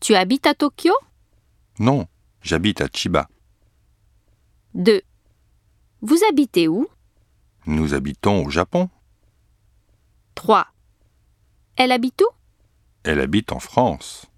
Tu habites à Tokyo Non, j'habite à Chiba. 2. Vous habitez où Nous habitons au Japon. 3. Elle habite où Elle habite en France.